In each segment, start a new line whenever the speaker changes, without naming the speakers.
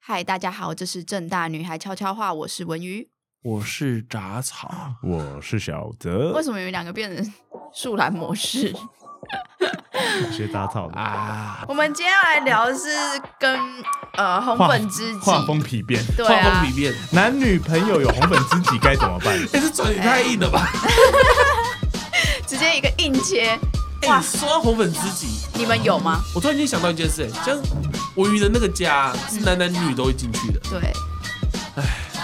嗨，大家好，这是正大女孩悄悄话，我是文瑜。
我是杂草，
我是小泽，
为什么你们两个变成树懒模式？
么学杂 草的
啊，
我们今天来聊的是跟呃红
画
粉知己，
画风丕变，
对
画
啊
风，比变，
男女朋友有红粉知己该怎么办？
哎，这转也太硬了吧！
直接一个硬切。
哎，
哇
你说到红粉知己，
你们有吗？
我突然间想到一件事，哎像文娱的那个家是男男女女都会进去的，
对，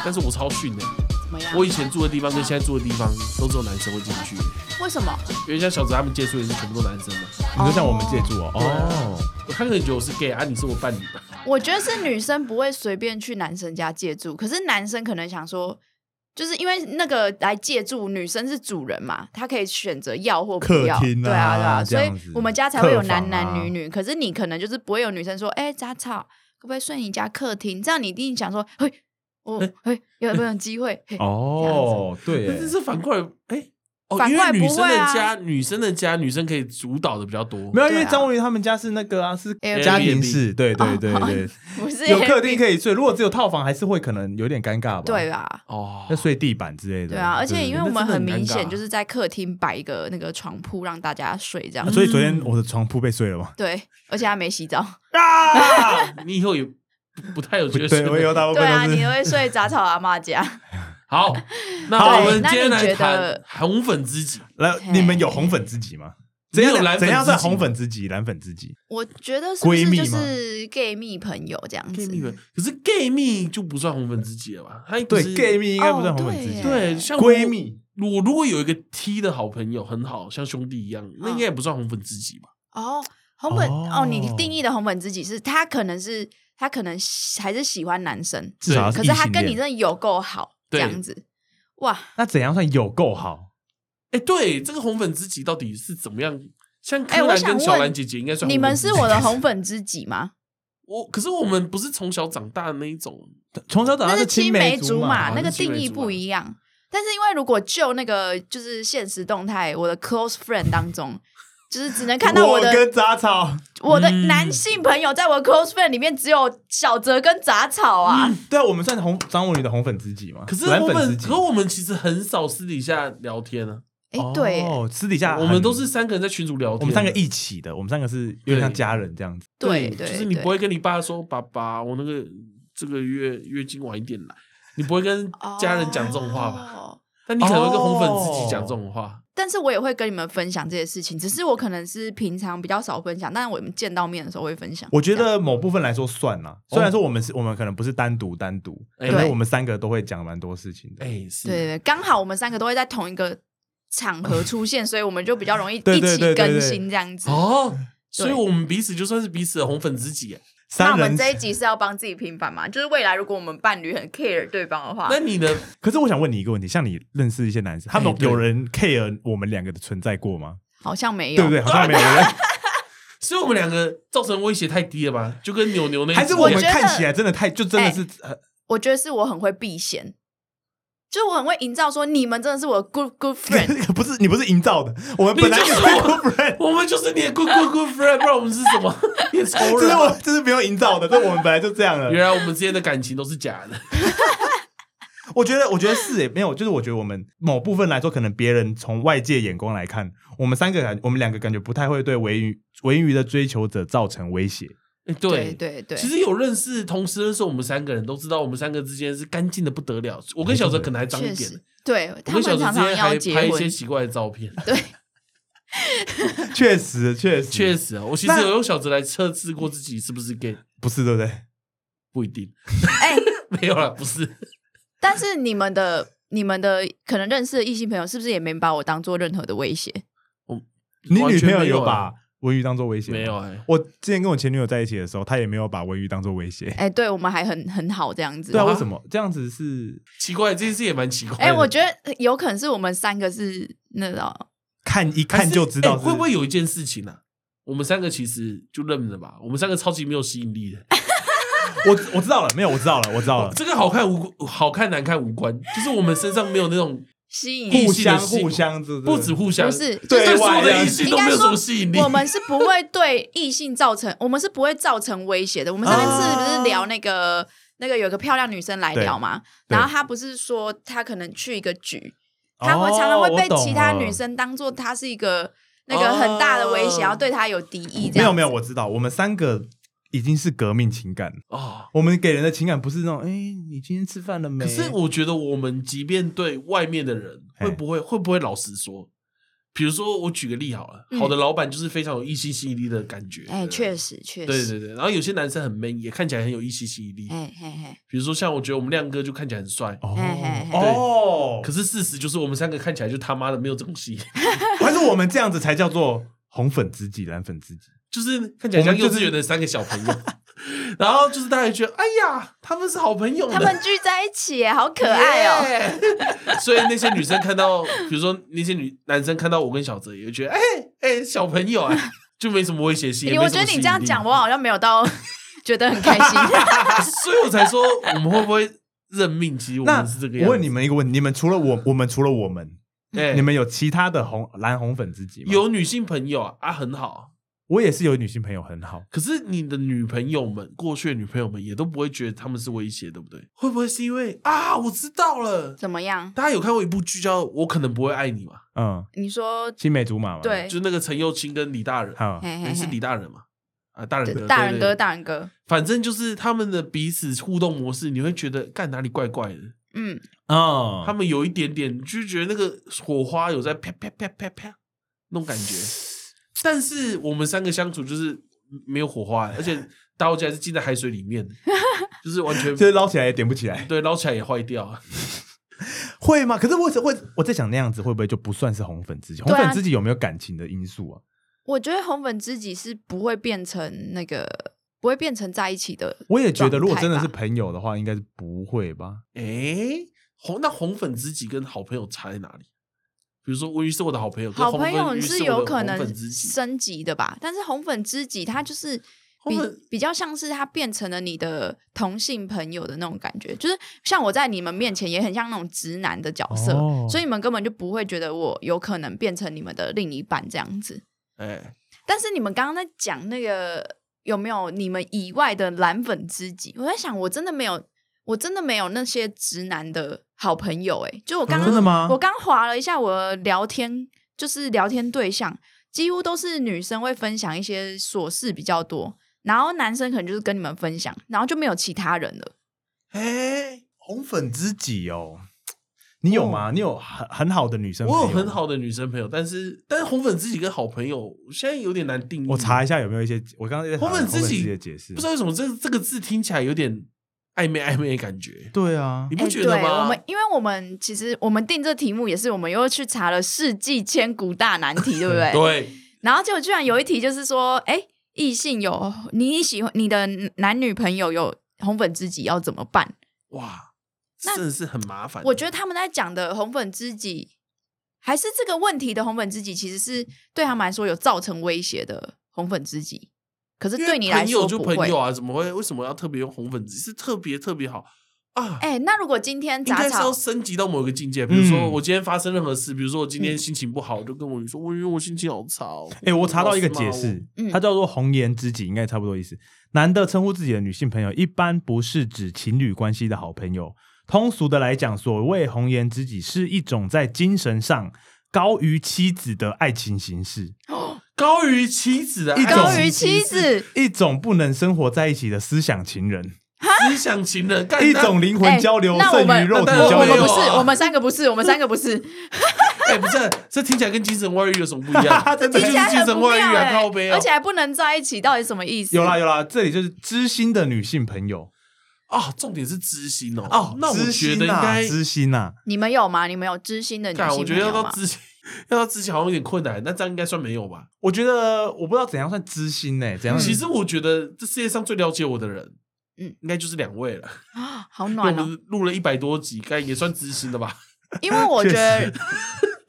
但是我超逊的，
怎么样？
我以前住的地方跟现在住的地方都只有男生会进去，
为什么？
因为像小泽他们接触的是全部都男生嘛，
你说像我们借住哦，哦，
我看能觉得我是 gay 啊，你是我伴侣吧，
我觉得是女生不会随便去男生家借住，可是男生可能想说，就是因为那个来借住，女生是主人嘛，她可以选择要或不要，
客厅
对啊
啊
对啊，
这
所以
样子
我们家才会有
客房
男
啊
男女女，可是你可能就是不会有女生说，哎、杂草可不可以睡你家客厅？这样你一定想说，嘿，我嘿有没有机会？嘿
哦，对
但是
耶，
是反过来，哎，哦，
反
因
过来
为女
不
生
会啊
的家，女生的家，女生可以主导的比较多，
没有，因
对
为
啊
张文宇他们家是那个啊，是
Airbnb 哦
家庭式，对对对对，
不是
有客厅可啊以睡，如果只有套房，还是会可能有点尴尬吧？
对，吧？
哦
要，睡地板之类的。
对啊，而且因为我们
那真的
很
很
明
啊
尴尬
显就是在客厅摆一个那个床铺让大家睡这样
啊，所以昨天我的床铺被睡了嘛？
对，而且他没洗澡。
啊，你以后也不不太有
不
觉得是
对，我有大部分
对啊，
都
你
哦是
会睡杂草阿妈家，
好，那
好
我们
那
今天
你觉
来
得
谈红粉知己。
来，你们有红粉知己吗？怎
你有蓝
样
粉知己
怎样算
吗
红粉知己、蓝粉知己？
我觉得是不是
闺蜜
就
吗
是 gay 蜜朋友这样
gay 蜜
子？
粉，可是 gay 蜜就不算红粉知己了吧？他
对，gay 蜜应该不算
哦
红粉知
对
己，
耶
对，像
闺蜜
我，我如果有一个 T 的好朋友很好，像兄弟一样，
嗯
那应该也不算红粉知己吧？
哦，红粉
哦
哦，你定义的红粉知己是他可能是他可能喜还是喜欢男生，
至少
可
异
是
性
他跟你真
恋
的有够好这
对
样子，哇，
那怎样算有够好？
哎，对，这个红粉知己到底是怎么样？像
哎
柯
我
南
想
跟小
问
兰姐姐应该算
你
红粉
们
知己
是我的红粉知己吗？
我，可是我们不是从小长大的那一种，
从小长
那
大
是青
青
梅竹
竹
马，
哦
那个
是青
定
梅
义
竹
不
马
一样。但是因为如果就那个就是现实动态，我的 close friend 当中，就是只能看到
我
的
跟杂草，
我的
嗯嗯
男性朋友在我 close friend 里面只有小泽跟杂草啊，
对啊，我们算红张文宇的红粉知己嘛？
可是
蓝
红
粉
粉，
知己
可，我们其实很少私底下聊天啊，
哎、对耶，
哦，私底下
我们
很
都是三个人在群组聊天，
我们三个一起的，我们三个是有点像家人这样子。
对
嗯就
对，
是你
对
不会跟你爸说：“爸爸，我那个这个月月经晚一点来。”你不会跟家人讲这种话吧？
哦
但你可能会跟红粉知己讲这种话。
但是我也会跟你们分享这些事情，只是我可能是平常比较少分享，但是我们见到面的时候会分享。
我觉
这样
得某部分来说算啦，
哦
虽然说我们是我们可能不是单独单独，
哎
可是
对
我们三个都会讲蛮多事情的。
哎，是
对对对，刚好我们三个都会在同一个场合出现，所以我们就比较容 易一
对对
起
对对
更
对
新这样子。
哦，所以我们彼此就算是彼此的红粉知
啊
己。
那
三
我们
人，
这一集是要帮自己平反嘛？就是未来如果我们伴侣很 care 对方的话，
那你呢？
可是我想问你一个问题，像你认识一些男生，他们
哎对
有人 care 我们两个的存在过吗？
好像没有，
对不对？好像没有人，
所以我们两个造成威胁太低了吧？就跟牛牛那一集
还是我
我
们
觉得
看起来真的太就真的是呃
我觉得是我很会避嫌，就是我很会营造说你们真的是我的 good good friend，
呃 不是你不是营造的，我们本来
你
就
就是是
good friend，
我们就是你的 good good good friend，不然我们是什么？ 你 的仇
这
人
是我
啊。
这是没有营造的，这我们本来就这样了。
原来我们之间的感情都是假的。
我觉得我觉得是诶，没有，就是我觉得我们某部分来说，可能别人从外界眼光来看，我们三个感我们两个感觉不太会对维语维语的追求者造成威胁。
哎
对对对，
其实有认识，同时认识我们三个人都知道，我们三个之间是干净的不得了。我跟小哲可能还脏一
确
点
实，，对
我
他
跟
们
小哲
常
之
常
间
要
还
结
拍一些
婚，
奇怪的照片。
对，
确实，确实，
确实啊，
嗯
我其实
那
有用小哲来测试过自己是不是 gay，
不是对不对？
不一定，
哎，
没有啦，不是。
但是你们的你们的可能认识的异性朋友是不是也没把我当做任何的威胁？
你
完
女
全
朋友
没有
有
啊
把文语当做威胁？
没。有哎，
我之前跟我前女友在一起的时候，她也没有把文语当做 威胁。
哎，对我们还很很好这样子
对啊，。
哇
为什么这样子是
奇怪，这件事也蛮奇怪的。
哎，我觉得有可能是我们三个是那种
看一
还是
看就知
哎
道是
会不会有一件事情呢？我们三个其实就认了吧，我们三个超级没有吸引力的。
我我知道了，没有，我知道了，我知道了。
这个好看无好看难看无关，就是我们身上没有那种
吸引
异
力，
互
性的
相
吸引
互相，这
不止互相，
不是
对
对所
外
有的
人
异性
应
都没
该
有什
说
么吸引力。
我们是不
啊
会对异性造成，我们是不会造成威胁的。我们上面是不是聊那个那个有个漂亮女生来
对
聊嘛，
对
然后她不是说她可能去一个局，她会常常会
哦
被
我懂
其他
了
女生当做她是一个那个很大的威胁，
哦
然后对她有敌意这
没
样
有
子。
没有，我知道，我们三个已经是革命情感了，
哦。
我们给人的情感不是那种，哎，你今天吃饭了没？
可是我觉得我们即便对外面的人，
嘿
会不会会不会老实说？比如说我举个例好了，
嗯
好的老板就是非常有一心一意的感觉。
哎，确
实，
实确
对
实，
对对。然后有些男生很 man，也看起来很有一心一意。
哎嘿嘿，
比如说像我觉得我们亮哥就看起来很帅，
哦
嘿嘿嘿
哦，
可
可
是事实就是我们三个看起来就他妈的没有这种戏，
是还是我们这样子才叫做红粉知己、蓝粉知己。
就是看起来像
我们
幼
就是
稚园的三个小朋友。 然后就是大家觉得，哎呀，他们是好朋友呢，
他们聚在一起耶，好可爱哦。
耶所以那些女生看到，比如说那些女男生看到我跟小泽，也会觉得，哎哎，小朋友 啊，就没什么威胁性。
哎你
也没
我
什
觉
么
得
吸
你
引
这样
力
讲，我好像没有到觉得很开心。
所以我才说我们会不会认命？其实我
那
们是这个样子。
我问你们一个问题：你们除了我，我们除了我们，
哎，
你们有其他的红蓝红粉知己吗？，
有女性朋友啊，啊很好。
我也是有女性朋友很好。
可是你的女朋友们，过去的女朋友们也都不会觉得他们是威胁，对不对？会不会是因为啊，我知道了。
怎么样？
大家有看过一部剧叫《我可能不会爱你》吗？
嗯，
你说
青梅竹马嘛。
对
就那个陈又青跟李大人，
好，
嘿
哎
嘿
是
嘿
李大人嘛？啊，大人哥，
大人
对
哥，
对
大人哥，
反正就是他们的彼此互动模式，你会觉得干哪里怪怪的，
嗯，
嗯，
他们有一点点，你就觉得那个火花有在啪啪啪啪啪那种感觉。但是我们三个相处就是没有火花，而且刀架是浸在海水里面的，就是完全
就是捞起来也点不起来，
对，捞起来也坏掉。啊
会吗？可是我只会我在想那样子会不会就不算是红粉知己？红
对啊
粉知己有没有感情的因素啊？
我觉得红粉知己是不会变成那个，不会变成在一起的。
我也觉得，如果
状态
真的是
吧
朋友的话，应该是不会吧？
诶，红那红粉知己跟好朋友差在哪里？比如说温瑜是我的好朋友，跟
好
红
朋友
粉瑜
是
是
有
我的
可
红粉
能
知己，
升级的吧，但是红粉知己他就是比
红粉
比较像是他变成了你的同性朋友的那种感觉，就是像我在你们面前也很像那种直男的角色，
哦
所以你们根本就不会觉得我有可能变成你们的另一半这样子。
哎，
但是你们刚刚在讲那个有没有你们以外的蓝粉知己？我在想，我真的没有，我真的没有那些直男的好朋友、欸。就我刚、
嗯
真的吗
我刚划了一下我的聊天，就是聊天对象几乎都是女生会分享一些琐事比较多，然后男生可能就是跟你们分享，然后就没有其他人了。
哎，
红粉知己哦，你有吗？你有很很好的女生？
哦我有很，好的女生朋友，但是但是红粉知己跟好朋友现在有点难定义。
我查一下有没有一些，我刚刚在查
红粉知己
的解释，
不知道为什么这这个字听起来有点暧昧暧昧的感觉，
对啊
你，
哎，
不觉得
对
吗？
我们因为我们其实我们定这题目也是我们又去查了世纪千古大难题，对不对？
对
然后结果居然有一题就是说，哎，异性有你喜欢你的男女朋友有红粉知己要怎么办？
哇，
那
真的是很麻烦。欸
我觉得他们在讲的红粉知己，还是这个问题的红粉知己，其实是对他们来说有造成威胁的红粉知己。可是
因为
对你来说
朋友
不
就
会
朋友。啊，怎么会为什么要特别用红粉知己？是特别特别好啊。
哎、那如果今天
应
杂
该是
草，
要升级到某个境界，比如说
嗯
我今天发生任何事，比如说我今
嗯
天心情不好，我就跟我女说，我因为我心情好差哦。
哎，我查到一个
老师
解
骂
释
嗯，
它叫做红颜知己，应该差不多意思。男的称呼自己的女性朋友，一般不是指情侣关系的好朋友。通俗的来讲，所谓红颜知己，是一种在精神上高于妻子的爱情形式。
我高于妻子的爱
一
情
种
高于妻子，
一种不能生活在一起的思想情人，
思想情人，干
一
那
种灵
哎
魂交流
那我
胜于
们
肉体
那
交
我们
流
不。
没有
是，
啊
我们三个不是，我们三个不 是。
哎、不是，这听起来跟精神外遇有什么不一样？
真
这就
的
听
是
起来
精
很
神
不
外遇
妙、
啊，
哎
靠背、哦。
而且还不能在一起，到底什么意思？
有啦有啦，这里就是知心的女性朋友
啊，重点是知心哦。那我
知
觉
心
得应
呐
该，
知心啊呐，
你们有吗？你们有知心的女性
干、
朋友
我觉得要到知心，要到知心好像有点困难。那这样应该算没有吧？
我觉得我不知道怎样算知心呢？怎样？
其实我觉得这世界上最了解我的人，
嗯
嗯，应该就是两位了。
啊， 好
因为我
暖哦！
们录了一百多集，该也算知心的吧？
因为我觉
确
得，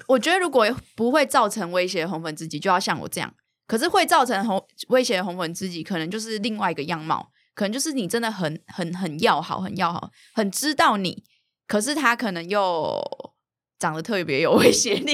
我觉得如果不会造成威胁的红粉知己，就要像我这样；可是会造成红威胁的红粉知己，可能就是另外一个样貌，可能就是你真的很很很要好，很要好，很知道你，可是他可能又长得特别有威胁 力。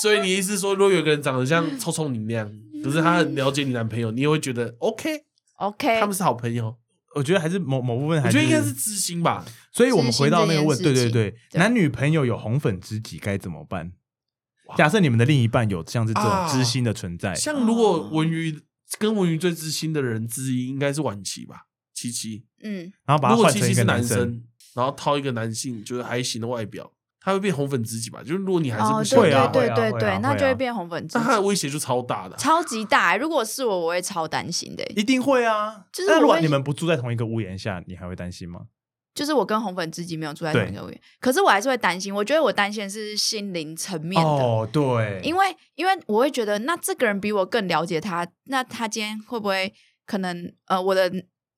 所以你意思是说，如果有个人长得像臭臭你那样，可是他很了解你男朋友，你也会觉得 OK，
OK，
他们是好朋友。
我觉得还是某某部分
我
还
觉
是，
得应该是，知心吧。
所以我们回到那个问，
知
对
心这件
对
事情
对，
对
男女朋友有红粉知己该怎么办
哇？
假设你们的另一半有像是这种
啊
知心的存在，
像如
哦
果文娱跟文娱最知心的人之一，应该是晚琪吧，琪琪。
嗯，
然后把
如
他
果
换
琪
成
琪
一个
是男
生，
生，然后掏一个男性，就是还行的外表，他会变红粉知己吧？就是如果你还是
哦，
不
对
喜欢
会啊
他，
对
会啊
对
会
对
啊
对，那
会啊
就会变红粉知
那
己
他的威胁就超大的啊。
超级大欸。如果是我，我会超担心的欸。
一定会啊。
就是
那
我
如果
会
你们不住在同一个屋檐下，你还会担心吗？
就是我跟红粉知己没有住在
对
同一个屋檐，可是我还是会担心。我觉得我担心的是心灵层面的，
哦，对，
因为因为我会觉得，那这个人比我更了解他，那他今天会不会可能呃我的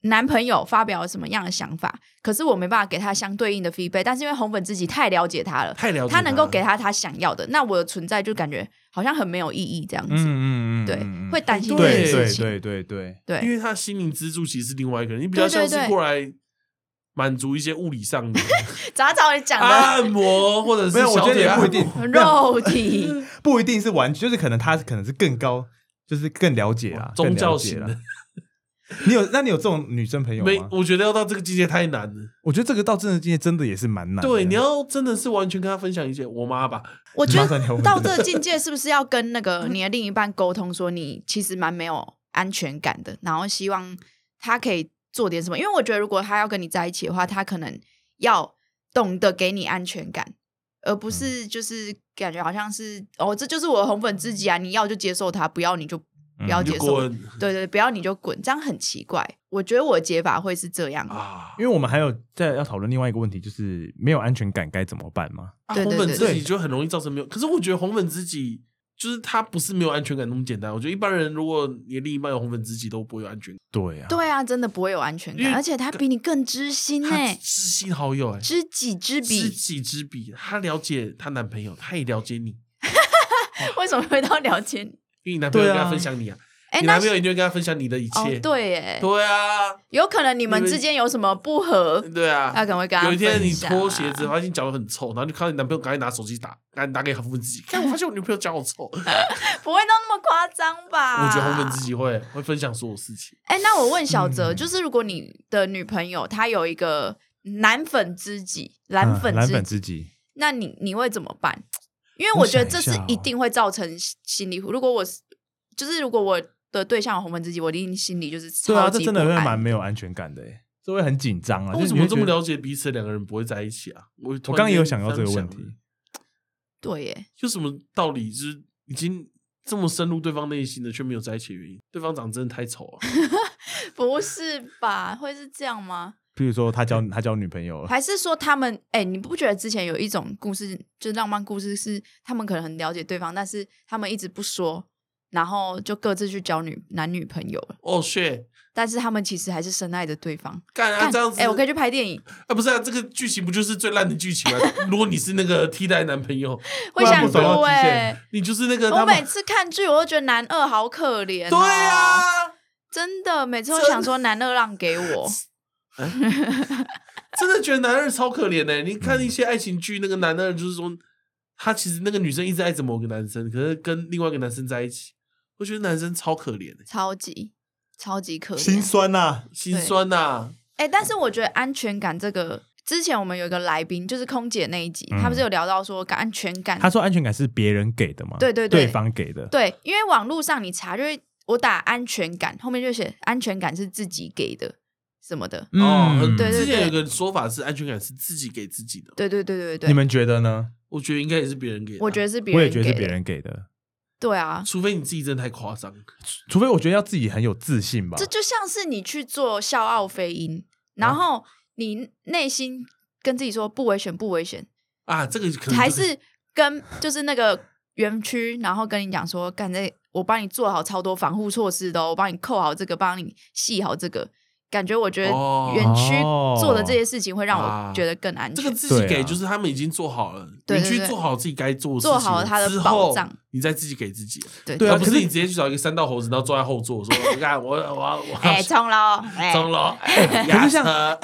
男朋友发表了什么样的想法，可是我没办法给他相对应的 feedback，但是因为红粉知己太了解他了，
太了解
他能够
了
给他他想要的，那我的存在就感觉好像很没有意义这样子，
嗯嗯嗯，
对
嗯，嗯
会担心这件
对
事
对
情，
对对对，
对
因为他心灵支柱其实是另外一个人，你比较
对
像
对
是
对
过来满足一些物 理上的
早早你讲的
按摩，或者是
没有，我
小
觉得
姐
也
按
啊不
摩
一定，没有
肉 体，
不一定是完，就是可能他可能是更高，就是更了解啦，
宗教
型
型的。
你有？那你有这种女生朋友
没
吗，？
我觉得要到这个境界太难了。
我觉得这个到真的今天真的也是蛮难的。
对，你要真的是完全跟他分享一些，我妈吧，
我觉
麻烦你要
得
问
到这个境界，是不是要跟那个
嗯
你的另一半沟通，说你其实蛮没有安全感的，然后希望他可以做点什么？因为我觉得，如果他要跟你在一起的话，他可能要懂得给你安全感，而不
嗯
是就是感觉好像是哦，这就是我的红粉知己啊，你要就接受他，不要你就不要
嗯
你
接
就
受，
滚
对对，不要你就滚，这样很奇怪。我觉得我的解法会是这样，
啊！
因为我们还有在要讨论另外一个问题，就是没有安全感该怎么办嘛？
啊
对
红
对
粉
对
知
对
己就很容易造成没有。可是我觉得红粉知己就是他不是没有安全感那么简单。我觉得一般人如果你的另一半有红粉知己都不会有安全
对啊，
对啊，真的不会有安全
因
感，
为
而且他比你更知心
感，
哎、
他知心好友哎、
知己知
知
彼，
己知彼，她了解她男朋友，她也了解你，
为什么会到了解你？
因为你男朋友
对
跟
啊
她分享你啊，
哎、
你
那
男朋友一定会跟她分享你的一切。
哦，对耶，
对啊，
有可能你们
你们
之间有什么不合，
对
呃
啊，
他可能会跟他
有一天你
分享啊
脱鞋子，发现脚很臭，然后就看到你男朋友赶紧拿手机打，赶紧打给红粉知己，看我发现我女朋友脚好 臭，我
不会到那么夸张吧？
觉得红粉知。己会会分享所有事情。
哎、那我问小泽，
嗯
就是如果你的女朋友她有一个男粉知己、蓝
嗯
粉
蓝
知己，
粉知己，
那你你会怎么办？因为
我
我觉得这
想一
是
下哦
一定会造成心心理。如果我是，就是如果我的对象有红粉知己，我一定心里就是
对啊，
超
这
级
真的
不
会
安
蛮没有安全感的欸，这会很紧张啊。
那
就
为
是
什
你
么
会
这么
觉得
了解彼此，两个人不会在一起啊？我
我
我
刚刚也有想到这个问题，
对耶，
有什么道理？就是已经这么深入对方内心的，却没有在一起的原因，对方长得真的太丑了、
不是吧？会是这样吗？
比如说他交他交女朋友了，
还是说他们？哎、你不觉得之前有一种故事，就是浪漫故事，是他们可能很了解对方，但是他们一直不说，然后就各自去交女男女朋友了。
哦、shit，
但是他们其实还是深爱着对方。
干啊
干
这样子，
哎、我可以去拍电影，
啊，不是啊，这个剧情不就是最烂的剧情吗？ 如果你是那个替代男朋友，
会
然
想
不走到
哭
极
哎、
限
你就是那个
我
他
每
们。
次看剧，我都觉得男二好可怜、
对
啊，
啊，
真的，每次都
真的
想说男二让给我，
真的觉得男二超可怜的、你看一些爱情剧，那个男二就是说，他其实那个女生一直爱着某个男生，可是跟另外一个男生在一起，我觉得男生超可怜的、欸
超级超级可
心
怜。
酸呐。
心酸呐、
哎、但是我觉得安全感这个。之前我们有一个来宾，就是空姐那一集，
嗯
她不是有聊到说感安全感
他说安全感是别人给的嘛？
对对
对
对
方给的。
对，因为网络上你查，就会我打安全感，后面就写安全感是自己给的什么的。
嗯
哦，很
对对
之前有个说法是安全感是自己给自己的，
对对对对对，
你们觉得呢？
我觉得应该也是别人给的、
我觉得是别
我
人
也
给的，
觉得是别人给的，
对啊，
除非你自己真的太夸张，
除非我觉得要自己很有自信吧啊
这。就像是你去做笑傲飞鹰，然后你内心跟自己说不危险，不危险，
啊，这个可能
还
就是
跟就是那个园区，然后跟你讲说，干这我帮你做好超多防护措施的、哦，我帮你扣好这个，帮你系好这个。感觉我觉得
哦
园区做
哦
的这些事情会让
啊
我觉得更安
这
全。
个自己
对
给
啊
就是他们已经做好了，
对
你
对
去
对
做好自己该做的事
做
情
好了他的
之
保
后
障，
你再自己给自己，
对
对啊
而不
可
是
是
你直接去找一个三道猴子，然后坐在后 座说：“你看我我我我
哎，
要
冲了哦，哎，
中了， 哎
可
压
是像
车。”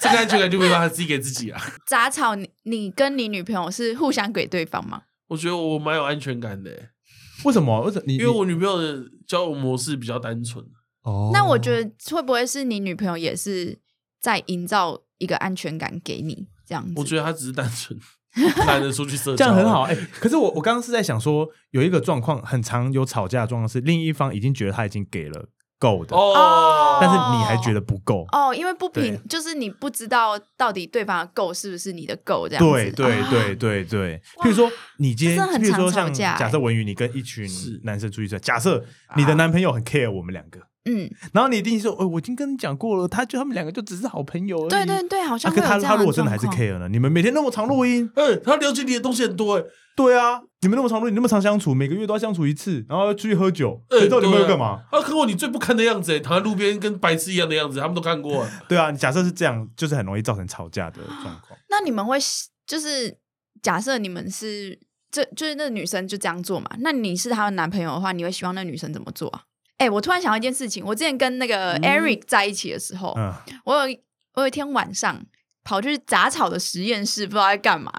这个安全感就没办法自己给自己啊。
杂草，你你跟你女朋友是互相给对方吗？
我觉得我蛮有安全感的欸，
为什么？为什么？你
因为我女朋友的交友模式比较单纯，
哦，
那我觉得会不会是你女朋友也是在营造一个安全感给你这样子？
我觉得他只是单纯懒得出去社交，
这样很好。。哎、可是我我刚刚是在想说，有一个状况很常有吵架的状况是，另一方已经觉得他已经给了够的，
哦，
但是你还觉得不够。
哦，因为不平
对，
就是你不知道到底对方的够是不是你的够这样子。
对对
啊
对对对，譬如说你今天
这真的，很
譬如说
常吵
像
架哎啊
假设文宇，你跟一群
是
男生出去吃饭，假设你的男朋友很 care 我们两个，
嗯，
然后你一定说，哦，我已经跟你讲过了，他就他们两个就只是好朋友而已。
对对对，好
啊，
像会
可
有
他
这
他
样
如
的
果真
状
的还是
况。
care 了，你们每天那么常录音，
哎，他了解你的东西很多哎，
对啊，你们那么常录音，你那么常相处，每个月都要相处一次，然后要出去喝酒，
哎
谁知道你们
对
要
啊
干嘛？
他看过你最不堪的样子哎，躺在路边跟白痴一样的样子，他们都看过哎。
对啊，假设是这样，就是很容易造成吵架的状况。
那你们会就是假设你们是这就是那女生就这样做嘛？那你是她的男朋友的话，你会希望那女生怎么做啊？哎、我突然想到一件事情，我之前跟那个
嗯
Eric 在一起的时候，
哦
嗯，
我有我有一天晚上跑去杂草的实验室，不知道在干嘛，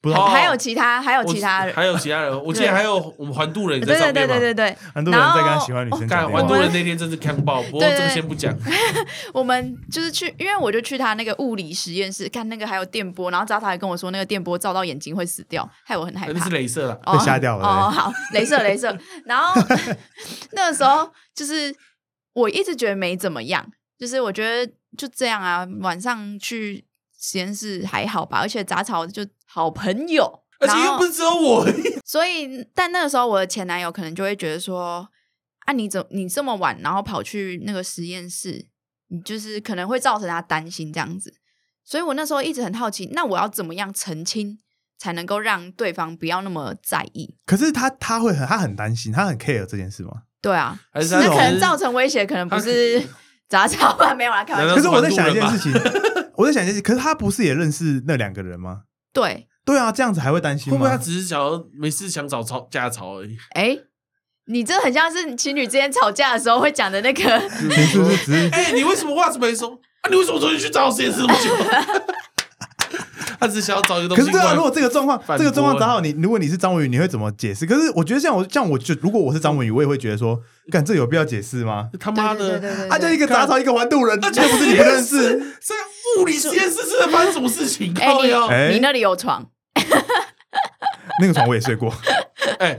不是
还
哦
还有其他还有其他
我
人，
还有其他人，我记得
对
还有我们环渡人
对
在
对
上
对
面嘛
对。对对，
很多人在跟
然
他
后
喜欢的女生
干
讲
环
电
渡
话，
人那天真是看爆，不过
对对
这个
对
先不讲。
我们就是去，因为我就去他那个物理实验室看那个还有电波，然后杂草还跟我说那个电波照到眼睛会死掉，害我很害
那
怕
是。镭射啦，
哦
被吓掉了
哦，好，镭射镭射。然 后那个时候就是我一直觉得没怎么样，就是我觉得就这样啊，晚上去实验室还好吧，而且杂草就好朋友，
而且
然
又
后
不是只有我，
所以，但那个时候我的前男友可能就会觉得说，啊，你怎你这么晚，然后跑去那个实验室，你就是可能会造成他担心这样子。所以我那时候一直很好奇，那我要怎么样澄清才能够让对方不要那么在意？
可是他他会很他很担心，他很 care 这件事吗？
对啊，
还是
那
那
他
可
只
能
是
造成威胁，可能不是 杂草吧？没有啦，开玩
那
笑
难道。
可是我在想一件
是
事情， 我在想一件事，可是他不是也认识那两个人吗？
对，
对啊，这样子还会担心
会不会他
吗？
只是想要没事想找吵架吵而已？
哎，你这很像是情侣之间吵架的时候会讲的那个。
你 是不是只 是
哎、你为什么袜子没 松？啊，你为什么昨天去找我实验室那么久？他只是想要找一个东
可
西
是
过
对
来。
啊，如果这个状况，
反驳
这个状况找好你，如果你是张文宇，你会怎么解释？可是我觉得像我，像我就如果我是张文宇，我也会觉得说，干这有必要解释吗？
他
对
妈
对对
的，
对对
啊，就一
对。
个杂草，一个环渡人，
而且
又不是你不认识。
这物理实验室是在发生什么事情？
哎，
靠腰
哎
你你那里有床，
那个床我也睡过，
哎，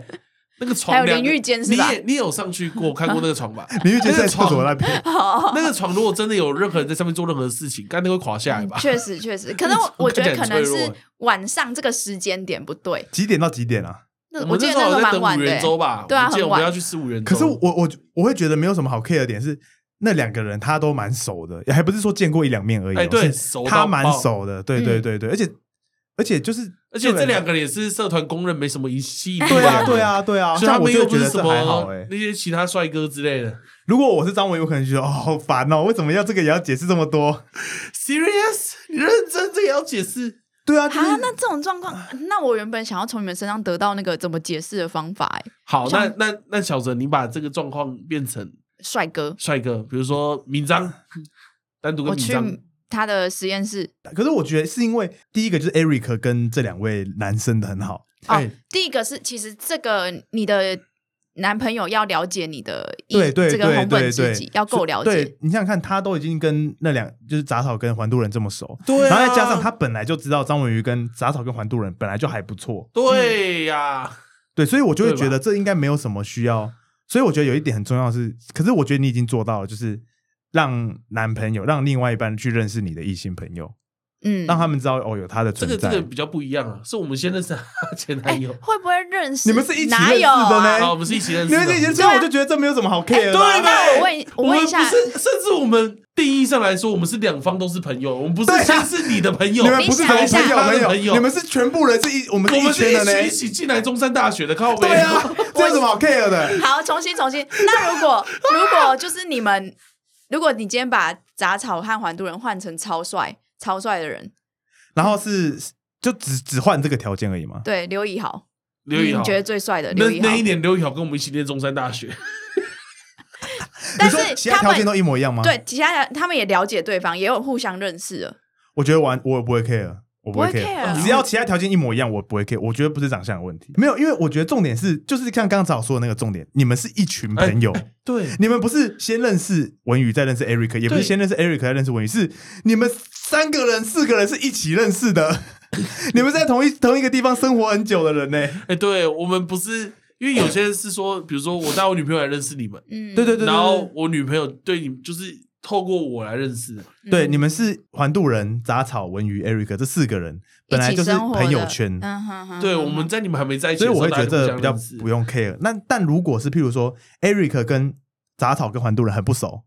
那个床
还有
两个
淋浴间是
你
吧
也你也有上去过，看过那个床 吧？
你玉洁在厕所那边，
那个床如果真的有任何人在上面做任何事情， 干定会垮下来吧？
嗯确实确实， 可能我我觉
看起
得
来
可
很
能
脆弱欸
是晚上这个时间点不对。
几点到几点啊？
那
我们
记
那
得
时候
时候
有在
蛮
等
晚
五
的
元粥
欸，
吧？
对啊
我记得我
很
们
晚
要去吃五元粥。
可是我我我会觉得没有什么好 care 的点是，那两个人他都蛮熟的，还不是说见过一两面而已哦、
哎对
是
熟到
他蛮
爆
熟的，
嗯
对对对对，而且而且就是，
而且这两个人也是社团公认没什么吸引力的
对啊
两个人。
对啊对啊，
所以他
像我
们
就
又
觉
不
得
是什
这
么
还好哎、
那些其他帅哥之类的。
如果我是张文，我可能觉得哦好烦哦，为什么要这个也要解释这么多？
Serious？你认真这个也要解释？
对啊，就是
啊，那这种状况，那我原本想要从你们身上得到那个怎么解释的方法、欸，
好，那
像
那那小哲，你把这个状况变成
帅哥，
帅哥，比如说敏章， 单独
我
跟敏
去
章，
他的实验室，
可是我觉得是因为第一个就是 Eric 跟这两位男生的很好，
哦，
哎
第一个是其实这个你的男朋友要了解你的意
对对
这个
对
红粉
对
知
对
己，要够了解
对。你想想看，他都已经跟那两就是杂草跟环渡人这么熟，
对啊
然后再加上他本来就知道张文瑜跟杂草跟环渡人本来就还不错，
对啊呀、
对，所以我就会
对吧
觉得这应该没有什么需要。所以我觉得有一点很重要的是，可是我觉得你已经做到了，就是让男朋友让另外一半去认识你的异性朋友，
嗯，
让他们知道哦有他的
这
存
个这
在。
个比较不一样啊，是我们先认识他前
哎、
男 友，
会不会认识？
你们是一起
哪
认识
有
的呢
啊？
好，我们是一起认识哎
因为这
的。
些，所以我就觉得这没有什么好 care 的啊、
对
那我问我
我们
问
不
一下，
是，甚至我们定义上来说，我们是两方都是朋友，我们不是先是啊你的朋友，
你们
你
不是
想
同
一下
朋友
他的
朋
朋
友，
友
你们是全部人是一，我们是
我
一
们是
圈
一
的呢。
起一起进来中山大学的，靠北
对啊，这有什么好 care 的？
啊好，重新重新。那如 果如果就是你们，如果你今天把杂草和环渡人换成超帅、超帅的人，
然后是就只只换这个条件而已吗？
对刘以豪，
刘宇豪
你觉得最帅的
那
刘以豪
那一，年刘宇豪跟我们一起念中山大学，
但
你说
是
其他
他
条件
们
都一模一样吗？，
对其他人他们也了解对方，也有互相认识了。
我觉得完我也不会 care，我
不
会
会 care 啊
只
只
要其他条件一模一样，我不会 care。我觉得不是长相的问题，没有，因为我觉得重点是，就是像刚才我说的那个重点，你们是一群朋友，
哎
对，
你们不是先认识文宇再认识 Eric，也不是
对
先认识 Eric 再认识文宇，是你们三个人、四个人是一起认识的， 你们在同一同一个地方生活很久的人呢、
哎，对我们不是，因为有些人是说，比如说我带我女朋友来认识你们，
嗯，
对对对
然后我女朋友对你就是透过我来认识的，
对，你们是环渡人、杂草、文鱼、Eric 这四个人，本来
一起
就是
生活的
朋友圈，
嗯哼哼，
对，
哼
我们
哼
在你们还没在一起
所以
的时
我
候，
会觉得这比较
大家就
不
互相认识
用 care。那但如果是譬如说 Eric 跟杂草跟环渡人很不熟，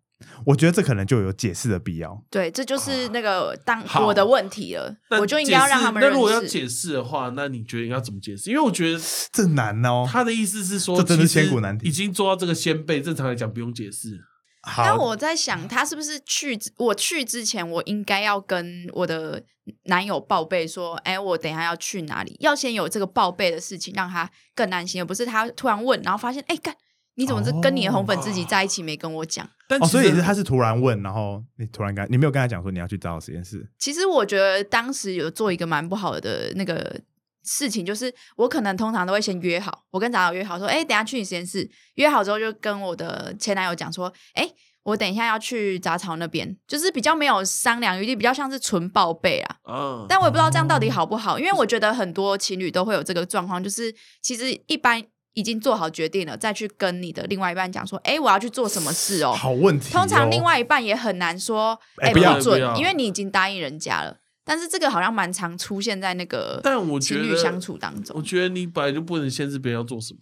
我觉得这可能就有解释的必要。
对，这就是那个当
啊好
我的问题了，
那
我就应该要让他们
解
认
释那如果要
识。
解释的话，那你觉得应该怎么解释？因为我觉得
这难哦。
他的意思是说，
这真是
其实
千古难题
已经做到这个先辈，正常来讲不用解释。
但
好，
我在想，他是不是去之我去之前，我应该要跟我的男友报备说，哎，我等一下要去哪里，要先有这个报备的事情，让他更安心，而不是他突然问，然后发现，哎，干，你怎么
哦
是跟你的红粉自己在一起没跟我讲？
但
哦，
其实
所以是他是突然问，然后你突然跟他你没有跟他讲说你要去找实验室，
其实我觉得当时有做一个蛮不好的那个事情，就是我可能通常都会先约好，我跟杂草约好说，哎、等一下去你实验室。约好之后就跟我的前男友讲说，哎、我等一下要去杂草那边，就是比较没有商量余地，比较像是纯报备啊。
啊，
但我也不知道这样到底好不好，因为我觉得很多情侣都会有这个状况，就是其实一般已经做好决定了，再去跟你的另外一半讲说，哎、我要去做什么事哦。
好问题哦。
通常另外一半也很难说，
哎
哎、
不要
不要
准，因为你已经答应人家了。但是这个好像蛮常出现在那个
但我觉
情侣
得
相处当
我
中。
觉得你本来就不能限制别人要做什么。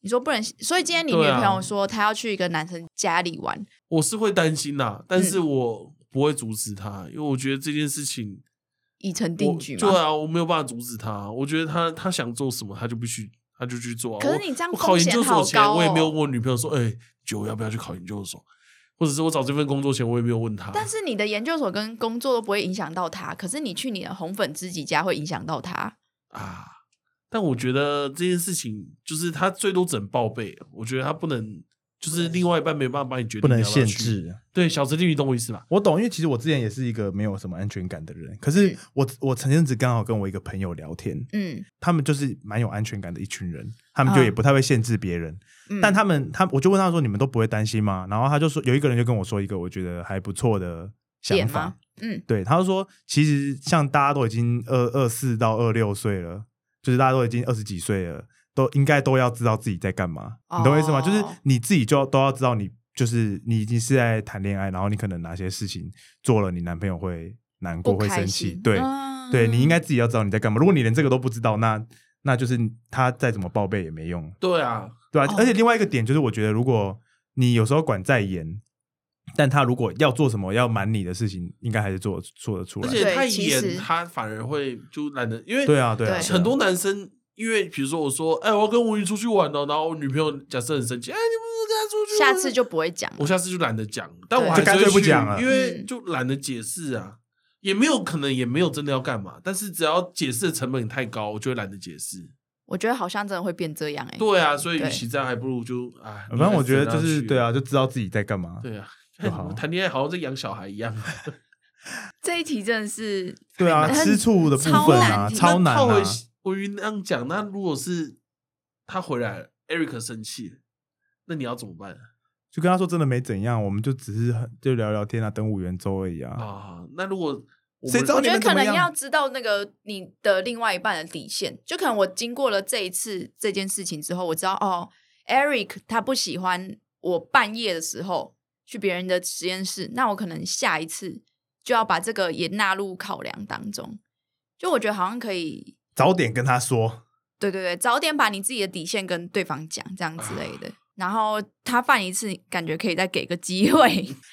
你说不能，所以今天你女
对啊
朋友说她要去一个男生家里玩，
我是会担心啦，但是
嗯
我不会阻止他，因为我觉得这件事情
已成
我
定局嘛。
对啊，我没有办法阻止他。我觉得他他想做什么，他就必须他就去做啊。
可是
我
你这样
我考
风
研
险
究
好
所前，
高
我也没有
哦
问我女朋友说，哎，九要不要去考研究所？或者是我找这份工作前，我也没有问他。
但是你的研究所跟工作都不会影响到他，可是你去你的红粉知己家会影响到他。
啊，但我觉得这件事情就是他最多只能报备，我觉得他不能就是另外一半没办法帮你决定
不能
你要不要
限
去。
制。
对，小池定你懂我意思吧？
我懂，因为其实我之前也是一个没有什么安全感的人。可是
嗯
我我前阵子刚好跟我一个朋友聊天，
嗯，
他们就是蛮有安全感的一群人，他们就
啊
也不太会限制别人。
嗯
但他们他我就问他说：“你们都不会担心吗？”然后他就说，有一个人就跟我说一个我觉得还不错的想
点
法
吗，？嗯，
对，他就说其实像大家都已经二二四到二六岁了，就是大家都已经二十几岁了，都应该都要知道自己在干嘛，你懂我意思吗？
哦
就是你自己就要都要知道你。就是你已经是在谈恋爱，然后你可能哪些事情做了，你男朋友会难过、
不
会
开
生气，
心。
对，
嗯
对你应该自己要知道你在干嘛。如果你连这个都不知道，那那就是他再怎么报备也没用，
对啊，
对吧、
哦
而且另外一个点就是，我觉得如果你有时候管再严，但他如果要做什么要瞒你的事情，应该还是做做得出
而
来。
且
对
太
其
严，
实
他反而会就懒得，因为
对啊，
对
对啊，对啊
很多男生。因为比如说，我说，哎、我要跟吴云出去玩哦，然后我女朋友假设很生气，哎、你
下
不是跟他出去玩，
次就不会讲了。
我下次就懒得讲，但
对
我还是
就干脆
会
不
去
讲了
因为
嗯
就懒得解释啊，也没有可能也没有真的要干嘛，但是只要解释的成本太高，我就会懒得解释。
我觉得好像真的会变这样哎、
对啊，所以与
对
其这样，还不如就哎，
反正我觉得就
你还
是
是
对啊，就知道自己在干嘛。
对啊，
就好
看 谈恋爱好像在养小孩一样。
这一题真的是
对啊，
很
吃醋的部
哎超
分啊，
难
超难
那套
啊
回。我云那样讲，那如果是他回来了，Eric 生气了，那你要怎么办
就跟他说真的没怎样，我们就只是很就聊聊天啊，等五元周而已啊。
啊？那如果我
谁
们
知道
我
啊你
觉得
们怎
可能
么样
要知道那个你的另外一半的底线，就可能我经过了这一次这件事情之后，我知道哦，Eric 他不喜欢我半夜的时候去别人的实验室，那我可能下一次就要把这个也纳入考量当中。就我觉得好像可以，
早点跟他说，
对对对，早点把你自己的底线跟对方讲，这样之类
啊
的。然后他犯一次，感觉可以再给个机会。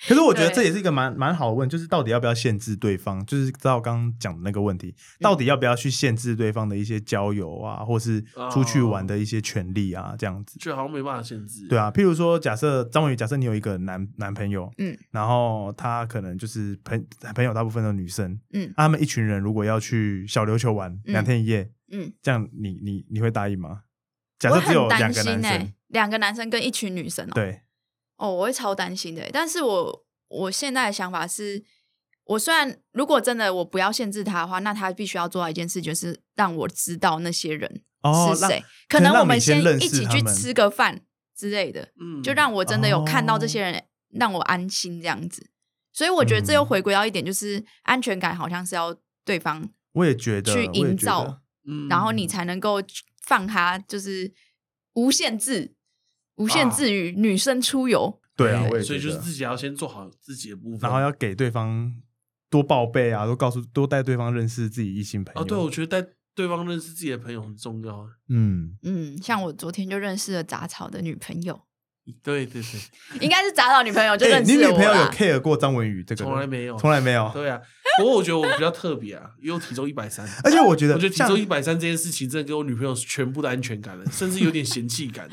可是我觉得这
对
也是一个蛮蛮好的问，就是到底要不要限制对方？就是照刚刚讲的那个问题，
嗯
到底要不要去限制对方的一些交友啊，或是出去玩的一些权利啊，这样子。
就好像没办法限制，
对啊，譬如说，假设张文宇，假设你有一个男男朋友，
嗯
然后他可能就是朋朋友大部分都女生，
嗯
啊他们一群人如果要去小琉球玩
嗯
两天一夜，
嗯，
这样你你你会答应吗？假
我
设只
很
有两
担
个
心
男生，
欸两个男生跟一群女生哦。
对，
哦，我会超担心的欸。但是我我现在的想法是，我虽然如果真的我不要限制他的话，那他必须要做到一件事，就是让我知道那些人
哦，
是
让
谁。
可
可
能
能
让
我们
你先认识
一起
他
去
们
吃个饭之类的，
嗯
就让我真的有看
哦
到这些人，让我安心这样子。所以我觉得这
嗯
又回归到一点，就是安全感好像是要对方，
我也觉得
去
我也
营
觉
造
得
嗯
然后你才能够放他，就是无限制、无
啊
限制于女生出游。
对啊，
对
我也
所以
觉
就
得
是自己要先做好自己的部分，
然后要给对方多报备啊，多告诉多带对方认识自己异性朋友。
啊，对，我觉得带对方认识自己的朋友很重要。啊
嗯，
嗯，像我昨天就认识了杂草的女朋友，
对 对对，
应该是杂草女朋友就
哎，
认
你
识
女
了我
朋友有
啦。
care 过张文宇这个人？
从来没有，
从来没有。
对啊，不过我觉得我比较特别啊，因为我体重一百 三，
而且我觉
我
得
觉得体
像
重一百三这件事情真的给我女朋友全部的安全感了，甚至有点嫌弃 感，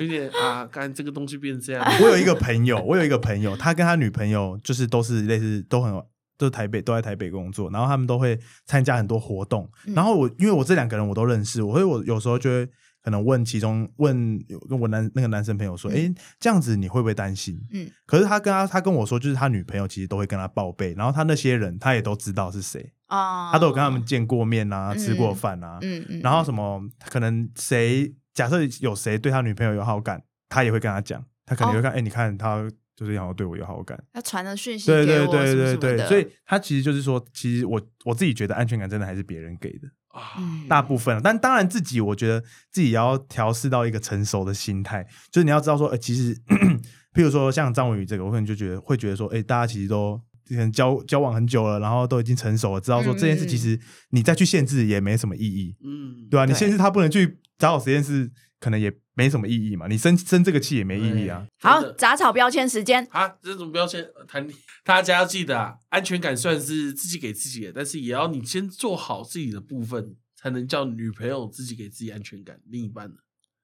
有点啊，干这个东西变这样，
我有一个朋友，我有一个朋友，他跟他女朋友就是都是类似，都很有都是台北，都在台北工作，然后他们都会参加很多活动。
嗯
然后我因为我这两个人我都认识，我会我有时候就会可能问其中问跟我男那个男生朋友说，
嗯
诶，这样子你会不会担心？
嗯
可是他跟他他跟我说，就是他女朋友其实都会跟他报备，然后他那些人他也都知道是谁，
啊，
他都有跟他们见过面啊，
嗯
吃过饭啊，
嗯嗯，
然后什么可能谁假设有谁对他女朋友有好感，他也会跟他讲，他可能
哦
会看，哎、你看他就是好像对我有好感，
他传了讯息
对
给
对
我
对
什么
对
什么
对，
的，
所以他其实就是说，其实我我自己觉得安全感真的还是别人给的，
啊，
嗯
大部分啊，但当然自己我觉得自己也要调试到一个成熟的心态，就是你要知道说，呃，其实 譬如说像张文宇这个，我可能就觉得会觉得说，哎、大家其实都。之前交交往很久了，然后都已经成熟了，知道说这件
嗯
事
嗯
其实你再去限制也没什么意义。
嗯，
对啊，你
对
限制他不能去打扰实验室，可能也没什么意义嘛。你生生这个气也没意义啊。
真
好
的，
杂草标签时间，
啊，这种标签谈，大家要记得啊，安全感虽然是自己给自己的，但是也要你先做好自己的部分，才能叫女朋友自己给自己安全感，另一半的。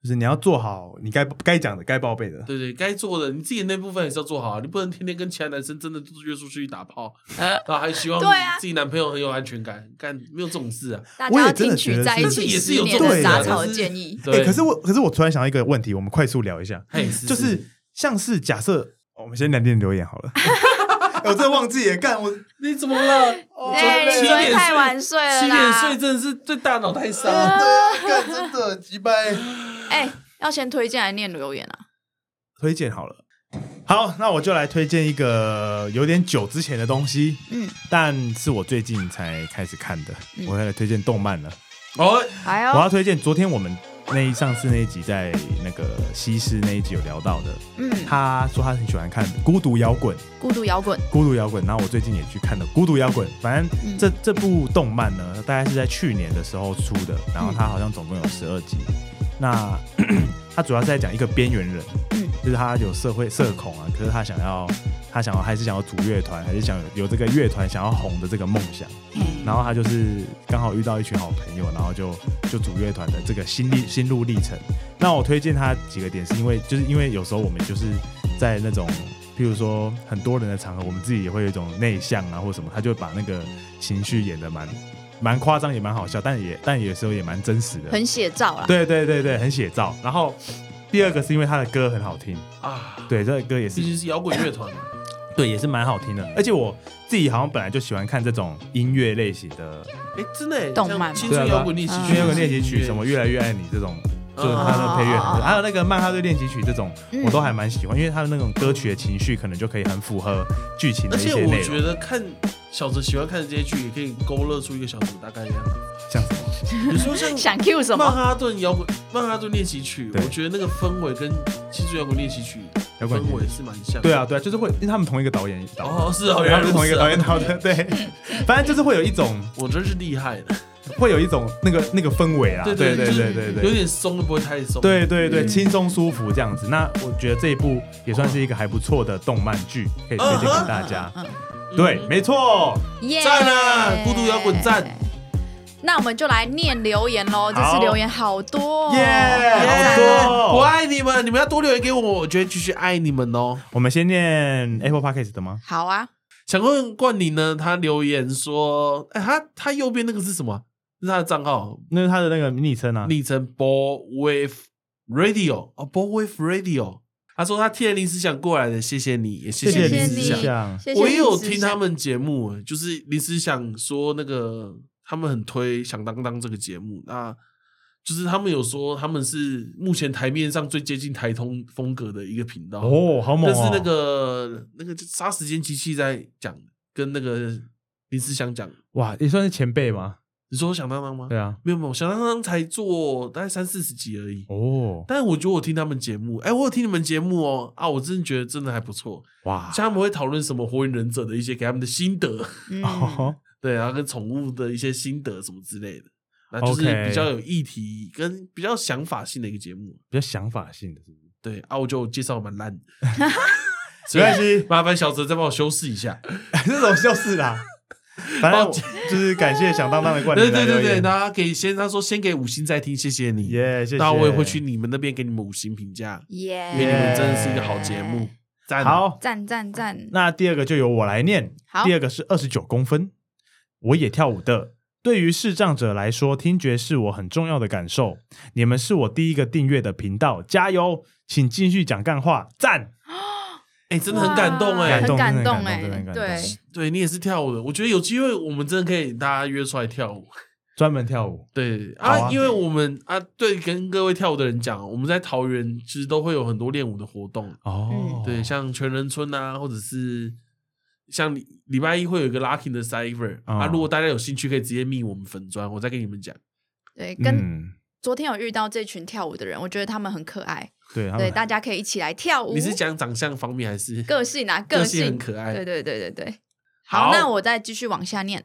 就是你要做好你该该讲的、该报备 的。
对对，该做的你自己那部分也是要做好啊，你不能天天跟其他男生真的约出去打 炮，然后还希望
对啊
自己男朋友很有安全感，干没有这种事啊。
大
我
家
也
要
真
听
的觉
取
得
在一
是
起
也是
十
有
年
这种
的杂
人
草
就
的
是
建议。
哎、
对，
可是我可是我突然想到一个问题，我们快速聊一下，
嘿
就是像是假设哦我们先来念留言好了。哎 我真的忘记耶，干我
你怎么了？哦
哎，
七
你昨天
点
太
睡，
晚睡了
七点
啦嗯
睡！真的是对大脑太伤了。
啊，对啊干真的击败。
哎，要先推荐来念留言啊！
推荐好了。好，那我就来推荐一个有点久之前的东西，
嗯，
但是我最近才开始看的，
嗯
我要来推荐动漫了。
哦，
哎
我
呦，
要推荐昨天我们那一上次那一集在那个西施那一集有聊到的，
嗯，
他说他很喜欢看《孤独摇滚》，
孤独摇滚，
《孤独摇滚》，然后我最近也去看了《孤独摇滚》，反正
嗯
这、这部动漫呢，大概是在去年的时候出的，然后它好像总共有十二集。那 它主要是在讲一个边缘人，
嗯
就是他有社会社恐啊，可是他想要他想要还是想要组乐团，还是想有有这个乐团想要红的这个梦想。然后他就是刚好遇到一群好朋友，然后就就组乐团的这个心历心路历程。那我推荐他几个点，是因为就是因为有时候我们就是在那种，譬如说很多人的场合，我们自己也会有一种内向啊或什么，他就会把那个情绪演得蛮蛮夸张，也蛮好笑，但也但有时候也蛮真实的。
很写照啦。
对对对对，很写照。然后第二个是因为他的歌很好听，
啊，
对，这个歌也是
毕竟是摇滚乐团嘛，
对，也是蛮好听的。而且我自己好像本来就喜欢看这种音乐类型的，
哎，真的耶
动漫嘛
像青春摇滚练习
对啊
曲，
因为有个练习曲什么《越
啊
来越爱你》这种，就是它的配乐很多，还有那个曼哈顿练习曲这种，
嗯
我都还蛮喜欢，因为它的那种歌曲的情绪可能就可以很符合剧情的
而
一
且
些
我
内
觉
容，
得看小泽喜欢看的这些剧，也可以勾勒出一个小泽大概的样子。
像什么
比如说像
想 Q 什
曼
么？
哈顿摇滚、曼哈顿练习曲，
对
我觉得那个氛围跟青春摇滚练习曲
摇滚
氛
乐
围是蛮像的。
对啊，对啊，就是会，因为他们同一个导演导的，
哦，是哦，原
他
来
们
如
是
此啊
同一个导演导的，对，反正就是会有一种
我真是厉害的。
会有一种那个那个氛围啦，对啊
对
对对对
就是
对对
有。点松都不会太松。
对对对，
嗯
轻松舒服这样子。那我觉得这一部也算是一个还不错的动漫剧，可以推荐给大家。
嗯，
嗯
对，没错，
嗯耶！
赞啊孤独摇滚赞！
那我们就来念留言喽，这
好
次留言好多哦，
耶
耶
好多
我爱你们，你们要多留言给我，我觉得继续爱你们哦。
我们先念 Apple Podcast 的吗？
好啊，
想问冠霖呢，他留言说，哎，他他右边那个是什么？是他的账号
那是他的那个昵称啊。
昵称 Ball Wave Radio 哦，Ball Wave Radio。他说他听了林思想过来的，谢谢你，也谢
谢
谢林
你
思
谢谢
想，
谢谢
我也有
林志
听
祥
他们节目，欸就是林思想说那个他们很推《响当当》这个节目，那就是他们有说他们是目前台面上最接近台通风格的一个频道，
哦，好猛
但
哦！
是那个那个就杀时间机器在讲，跟那个林思想讲，
哇，也算是前辈嘛，
你说响当当吗？
对啊，
没有没有，响当当才做大概三四十集而已。
哦，
但我觉得我听他们节目，哎、我有听你们节目哦，啊，我真的觉得真的还不错。
哇，
像他们会讨论什么火影忍者的一些给他们的心得，
嗯，
哦，
对，然后跟宠物的一些心得什么之类的，那就是
OK
比较有议题跟比较想法性的一个节目。
比较想法性的，是不 是？
对，啊，我就介绍蛮 烂的，
没关系，
麻烦小哲再帮我修饰一下。
这种就是啦。反正
抱
我
歉
就是感谢响当当的冠
对
军
对
来留
对对，
言，
大家可以先他说先给五星再听，谢谢你。
耶，谢谢。
那我也会去你们那边给你们五星评价，
耶
因为你们真的是一个好节目，赞。哦
好，
赞赞赞，
那第二个就由我来念。
好
第二个是二十九公分，我也跳舞的。对于视障者来说，听觉是我很重要的感受。你们是我第一个订阅的频道，加油！请继续讲干话，赞！
哎、真的很感动
哇
哎、
感
很
动
感
真的
动
很感动真的
哎
很，感动
对，
对你也是跳舞的，我觉得有机会我们真的可以大家约出来跳舞。
专门跳舞，
对
好
啊，
啊
因为我们啊，对，跟各位跳舞的人讲，我们在桃园其实都会有很多练舞的活动，
嗯
哦，
对，像全人村啊，或者是像礼礼拜一会有一个 locking 的 cipher、
哦
啊，如果大家有兴趣，可以直接密我们粉砖，我再跟你们讲。
对，跟
嗯，
昨天有遇到这群跳舞的人，我觉得他们很可爱，
对，他们
对，大家可以一起来跳舞。
你是讲长相方面还是
哦个性啊？
个性
性
很可爱
对对对对对。
哎好
那我再继续往下念，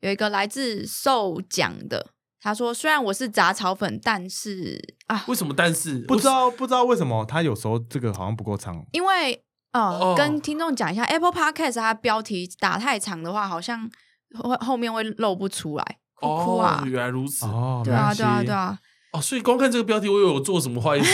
有一个来自受奖的，他说：“虽然我是杂草粉，但是啊，
为什么？但是
不知道不知道为什么他有时候这个好像不够长，
因为呃，
哦
跟听众讲一下，Apple Podcast 它标题打太长的话，好像会后面会露不出来，哭
我
哭啊
哦，，原来如此哦
哦，
对
没
啊，
关系
对啊，对，啊。
所以光看这个标题，我以为我做什 么坏事，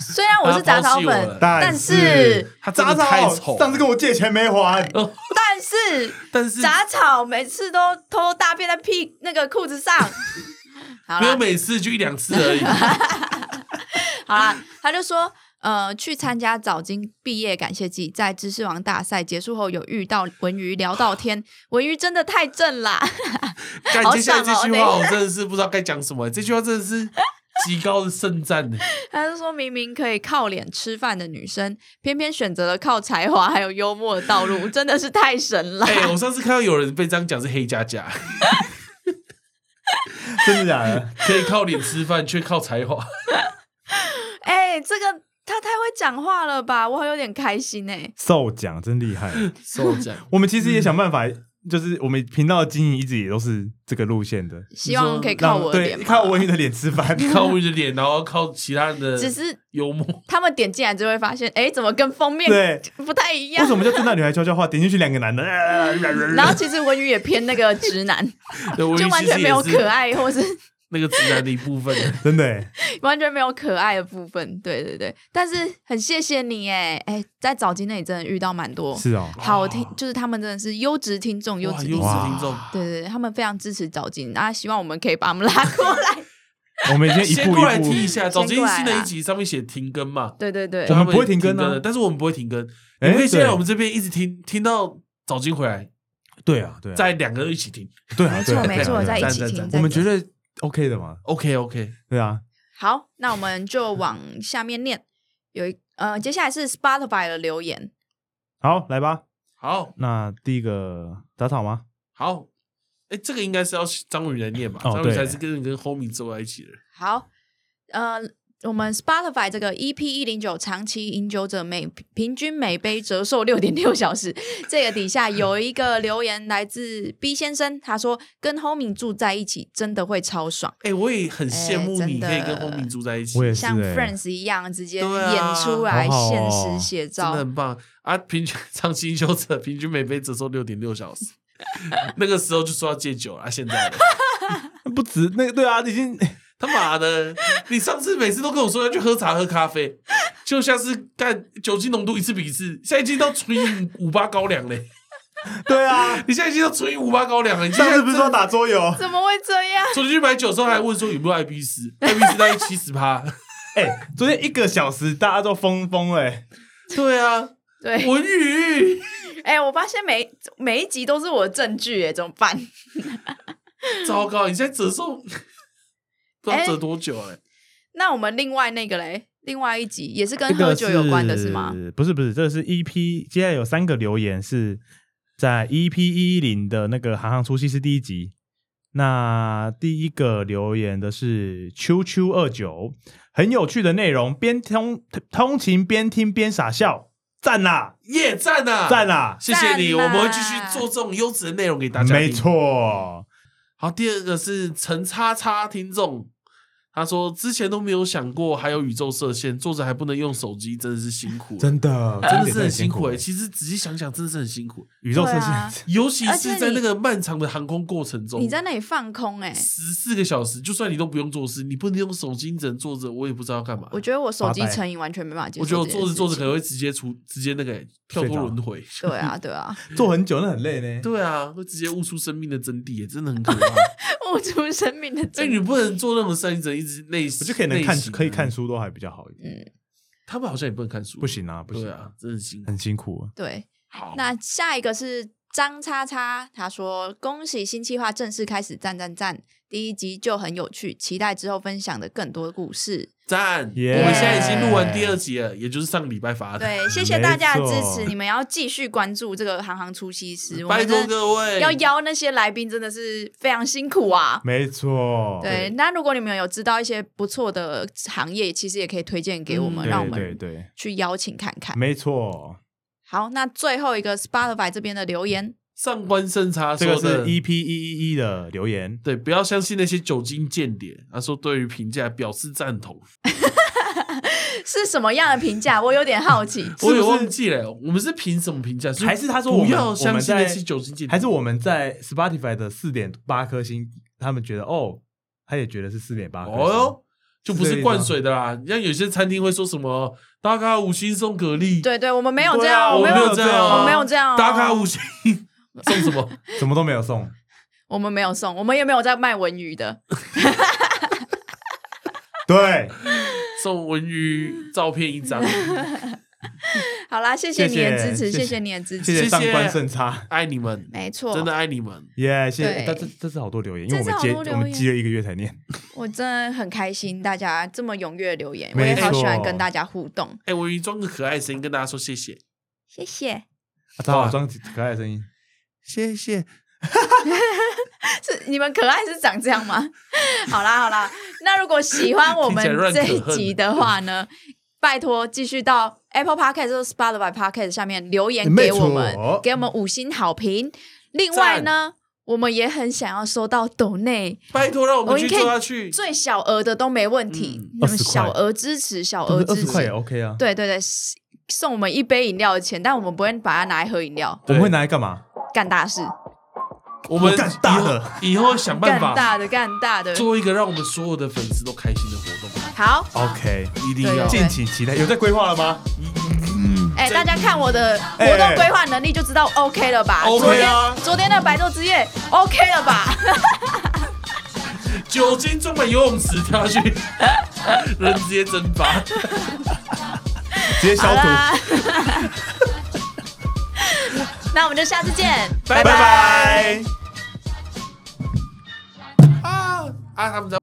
虽然我是杂草
他抛弃我了
粉，
但
但
是
是
他真的太丑
上次跟我借钱没还，
但 是
但是
杂草每次都偷大便在屁那个裤 子上。好
没有
啦，
每次就一两次而已。
好啦，他就说，呃，去参加早经毕业感谢祭，在知识王大赛结束后有遇到文娱聊到天，文娱真的太正啦，
感
好
接下来这
爽哦
句
那
话，我真的是不知道该讲什么。这句话真的是极高的盛 赞呢。
他就说明明可以靠脸吃饭的女生，偏偏选择了靠才华还有幽默的道路，真的是太神了。
哎、我上次看到有人被这样讲是黑加加，
真的假的？
可以靠脸吃饭，却靠才华。
哎、这个他太会讲话了吧，我有点开心哎、
受奖真厉害。
受奖，
我们其实也想
嗯
办法，就是我们频道的经营一直也都是这个路线的，
希望可以靠
让
我的
对
脸吧，
靠文宇的脸吃 饭。
靠我的脸，然后靠其他人的
只是
幽默。
他们点进 来就会发现，哎，怎么跟封面
对，
不太一
为
样？
什么叫正大女孩悄悄话？点进去两个男的，
然后其实文宇也偏那个直男，
对，我
就完全没有
其实也
可
是
爱，或是
那个直男的一部 分。
真的欸
完全没有可爱的部分。对对对，但是很谢谢你，哎哎，在早期那里真的遇到蛮多
是哦，
好听，就是他们真的是优质听众，优
哇，
质
优
听
质
众。
听众，
对对对，他们非常支持早金啊，希望我们可以把他们拉过 来。
我们已经一
先
步
过来
一
听一
步，
下，早
先
今
过来啊
新的一
啦
集上面写停更嘛，
对对对
就，
我
他
们不会停更啊
的，但是我们不会停更，
哎
你可以先
对
来我们这边一直听，听到早金回来，
对啊，对啊，
再两个一起听。
对啊，
没
对啊
错没错，
对啊
在
对
一
啊
起
赞赞
听
赞。
在
我们
一起
觉得 OK 的嘛，
OK OK，
对啊，
好，那我们就往下面念。有一呃，接下来是 Spotify 的留言，
好，来吧。
好
那第一个打草吗？
好，哎，这个应该是要张宇来念吧？
哦
张宇
对
才是跟跟 Homie 坐在一起的。
好，呃，我们 Spotify 这个 EP 一零九长期饮酒者每平均每杯折寿六点六小时，这个底下有一个留言来自 B 先生，他说跟 Homie 住在一起真的会超爽，
哎，我也很羡慕
哎
你可以
真的
跟 Homie 住在一起
我，也是
像
欸
Friends 一样直接
对啊
演出来，
好好
现
哦
实写
真
照，
的很棒啊！平均长期休者平均每杯只收六点六小时，那个时候就说要戒酒啊，现在了
不止那个，对啊，已经
他妈的！你上次每次都跟我说要去喝茶喝咖啡，就像是干酒精浓度一次比一次，现在已经到除以五八高粱嘞！
对啊，
你现在已经到除以五八高粱了，你现
上
在
次不是说打桌游？
怎么会这样？
昨天去买酒的时候还问说有没有 IB 四，IB 四大概七十趴，
哎，昨天一个小时大家都疯疯哎，
对啊，
对，
文宇，
哎、我发现每每一集都是我的证据，哎，怎么办？
糟糕，你现在折寿， 不知道折多久哎、
那我们另外那个嘞，另外一集也是跟
这个
喝酒有关的是吗？？
不是不是，这是 EP，接下来有三个留言是在 EP 一一零的那个《行行出西施》第一集。那第一个留言的是秋秋二九，很有趣的内容，边通通勤边听边傻笑，赞啦
耶赞呐
赞啊啦！
谢谢你，
赞啦
我们会继续做这种优质的内容给大家。
没。错，
好，第二个是陈叉叉听众，他说之前都没有想过还有宇宙射线，作者还不能用手机，真的是辛苦了，
真 的
真的是很辛
辛
苦哎、
欸
其实仔细想想，真的是很辛苦，
宇宙射
对啊
线，
尤其
而且
是
你
在那个漫长的航空过程中，
你在那里放空、哎，
十四个小时，就算你都不用做事，你不能用手机，你只能坐着，我也不知道要干嘛。
我觉得我手机
发呆
成瘾完全没办法接受。
我觉得我坐着坐着可
能
能会直接出直接那个、跳脱轮回。
对啊，对啊，
坐很久那很累 呢。
对啊，会直接悟出生命的真谛耶，真的 很可怕。
悟出生命的
哎、
真
你不能做任何事情，只能一直内
我就可以能看
内省啊
可以看书都还比较好一点，
嗯
他们好像也不能看书，
不行啊不
嗯
行
对啊，真的辛苦。
很辛苦啊。
对。
好，
那下一个是张叉叉，他说：“恭喜新计划正式开始，赞赞赞！第一集就很有趣，期待之后分享的更多故事。
赞
耶
我们现在已经录完第二集了，也就是上礼拜发的。
对，谢谢大家的支
没
持，
错
你们要继续关注这个行行出西施。我
拜
们
托
真的
各位，
要邀那些来宾真的是非常辛苦啊。
没错，
对，那如果你们有知道一些不错的行业，其实也可以推荐给我们，
嗯
让我
对对
们
对，
去邀请看看。
没错。
好，那最后一个 Spotify 这边的留言，
上官圣差
这
说
个
的
是 EP 一一一的留言，
对，不要相信那些酒精间谍。他说对于评价表示赞同，
是什么样的评 价？我有点好奇。
我也忘记了，我们是凭什么评价？
还是他说我
不
们
要相信那
我们
些
在
酒精间谍？
还是我们在 Spotify 的四点八颗星，他们觉得哦，他也觉得是四点八颗星。
哦哟，就不是灌水的啦。像有些餐厅会说什么打卡五星送蛤蜊，，
对对，我们没有这
对啊
样，
我
没
们
没
有
有
这样
我
啊，
们没有这样哦
打卡五星送什 么？
什么都没有送，
我们没有送，我们也没有在卖文娱的。
对，
送文娱照片 一张，
好啦，谢谢
谢
你
谢
的支持，
谢谢
谢谢你的支
谢
持，
谢
谢
上官 圣差，
爱你们，
没错，
真的爱你们。
耶，谢谢。
对
但这这是好多留言，因为我
这
们
次
接
好多留
我
言
们积了一个月才念，
我真的很开心，大家这么踊跃留言，我
没
也
错
好喜欢跟大家互动，
哎，文娱装个可爱声音跟大家说谢谢，
谢谢。
啊他好装可爱的声音，
谢谢。
是你们可爱是长这样吗？ 好啦好啦，那如果喜欢我们
听起来乱可
这
恨
一集的话呢，拜托继续到 Apple Podcast 或 Spotify Podcast 下面留言给我
没
们
错，
给我们五星好评。另外呢，我们也很想要收到抖内，
拜托，让我
我
们
们
去
可以
做下去。
最小额的都没问题，
嗯
你们
20块
小额支持，小额
二
支
十块也
持，
OK 啊。
对对对，送我们一杯饮料的钱，但我们不会把它拿来喝饮料，
我们会拿来干嘛？
干大事，
我们
我干大的
以后以后想
干
办法
大的，干大的。啊
做一个让我们所有的粉丝都开心的活动，
好，
OK，
一定要
对
敬请期待。有在规划了吗？
哎、大家看我的活动规划能力就知道 OK 了吧
哎 OK
昨天、
啊
昨天的白昼之夜 OK 了吧？
酒精装满游泳池跳下去， 人直接蒸发。
直接消
好
毒。
啦， 那我们就下次见，
拜
拜拜。
啊啊！他们在。